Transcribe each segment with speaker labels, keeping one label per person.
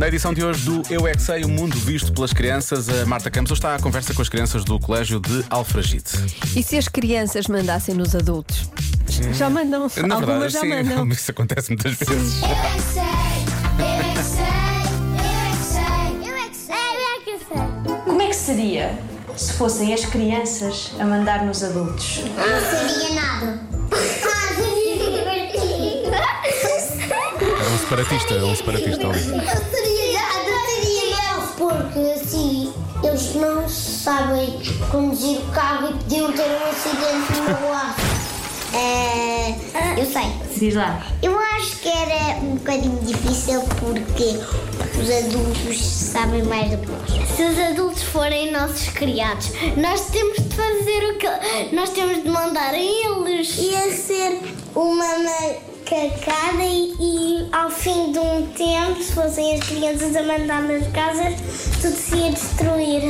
Speaker 1: Na edição de hoje do Eu É Que Sei, o mundo visto pelas crianças, a Marta Campos hoje está à conversa com as crianças do Colégio de Alfragite.
Speaker 2: E se as crianças mandassem nos adultos? Já mandam,
Speaker 1: Hum. Na verdade,
Speaker 2: algumas já
Speaker 1: sim,
Speaker 2: mandam.
Speaker 1: isso acontece muitas vezes.
Speaker 3: Eu é que sei, eu é que sei, eu é que sei, eu é que sei, eu é que sei.
Speaker 4: Como é que seria se fossem as crianças a mandar nos adultos?
Speaker 3: Não seria nada. Ah, seria divertido.
Speaker 1: É um separatista, é um separatista ali.
Speaker 3: Não seria nada, seria não. Porque assim, eles não sabem conduzir o carro e podiam ter um acidente na rua. É, eu sei.
Speaker 4: Diz lá.
Speaker 3: Eu acho que era um bocadinho difícil porque os adultos sabem mais do que nós. Se os adultos forem nossos criados, nós temos de fazer o que nós temos de mandar a eles. Ia ser uma macacada e, e ao fim de um tempo, se fossem as crianças a mandar nas casas, tudo se ia destruir.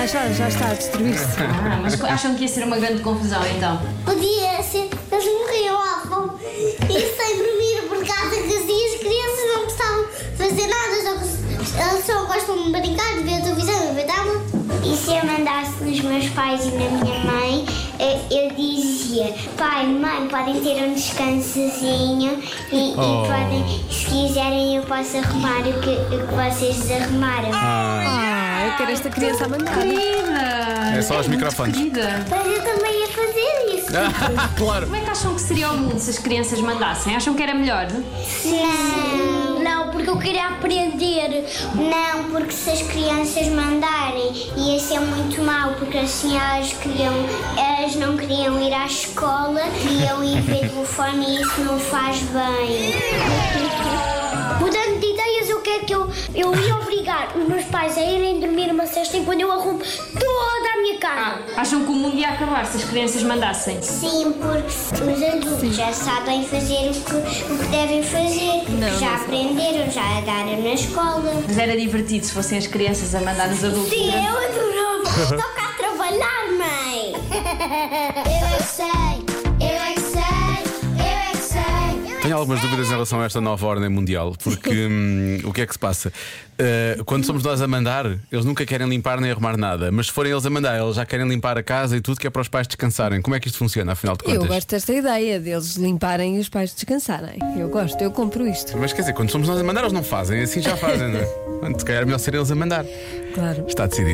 Speaker 2: Ah, já, já está a destruir-se.
Speaker 4: Ah, mas acham que ia ser uma grande confusão então?
Speaker 3: Podia ser, eles morriam à fome e sem dormir por causa que assim as crianças não precisavam fazer nada, só, elas só gostam de brincar, de ver televisão, de ver dama. E se eu mandasse nos meus pais e na minha mãe, eh, eu dizia: pai, mãe, podem ter um descansozinho e, e podem, se quiserem, eu posso arrumar o que, o que vocês desarrumaram.
Speaker 2: Ah, eu quero esta criança a mandar.
Speaker 4: Querida!
Speaker 1: É só aos
Speaker 4: muito
Speaker 1: microfones.
Speaker 4: Querida!
Speaker 3: Mas eu também ia fazer isso.
Speaker 1: claro.
Speaker 4: Como é que acham que seria o mundo se as crianças mandassem? Acham que era melhor?
Speaker 3: Não. Não, porque eu queria aprender. Não, porque se as crianças mandarem ia ser muito mal, porque assim elas queriam, elas não queriam ir à escola, queriam ir ver telefone e isso não faz bem. Mudando de ideias, o que é que eu, eu ia obrigar os meus pais a irem dormir uma sexta enquanto eu arrumo toda a minha
Speaker 4: Ah.
Speaker 3: casa?
Speaker 4: Acham que o mundo ia acabar se as crianças mandassem?
Speaker 3: Sim, porque os adultos já sabem fazer o que, o que devem fazer. porque já aprenderam, já andaram na escola.
Speaker 4: Mas era divertido se fossem as crianças a mandar nos adultos.
Speaker 3: Sim, eu adorava. Estou cá a trabalhar, mãe. Eu é que sei, eu é que sei, eu é que sei.
Speaker 1: Tenho algumas dúvidas em relação a esta nova ordem mundial, porque hum, o que é que se passa? Uh, quando somos nós a mandar, eles nunca querem limpar nem arrumar nada, mas se forem eles a mandar, eles já querem limpar a casa e tudo que é para os pais descansarem. Como é que isto funciona, afinal de
Speaker 2: Eu
Speaker 1: contas?
Speaker 2: gosto desta ideia deles limparem e os pais descansarem. Eu gosto, eu compro isto.
Speaker 1: Mas quer dizer, quando somos nós a mandar, é eles não fazem, assim já fazem, não é? Portanto, Se calhar é melhor ser eles a mandar.
Speaker 2: Claro.
Speaker 1: Está decidido.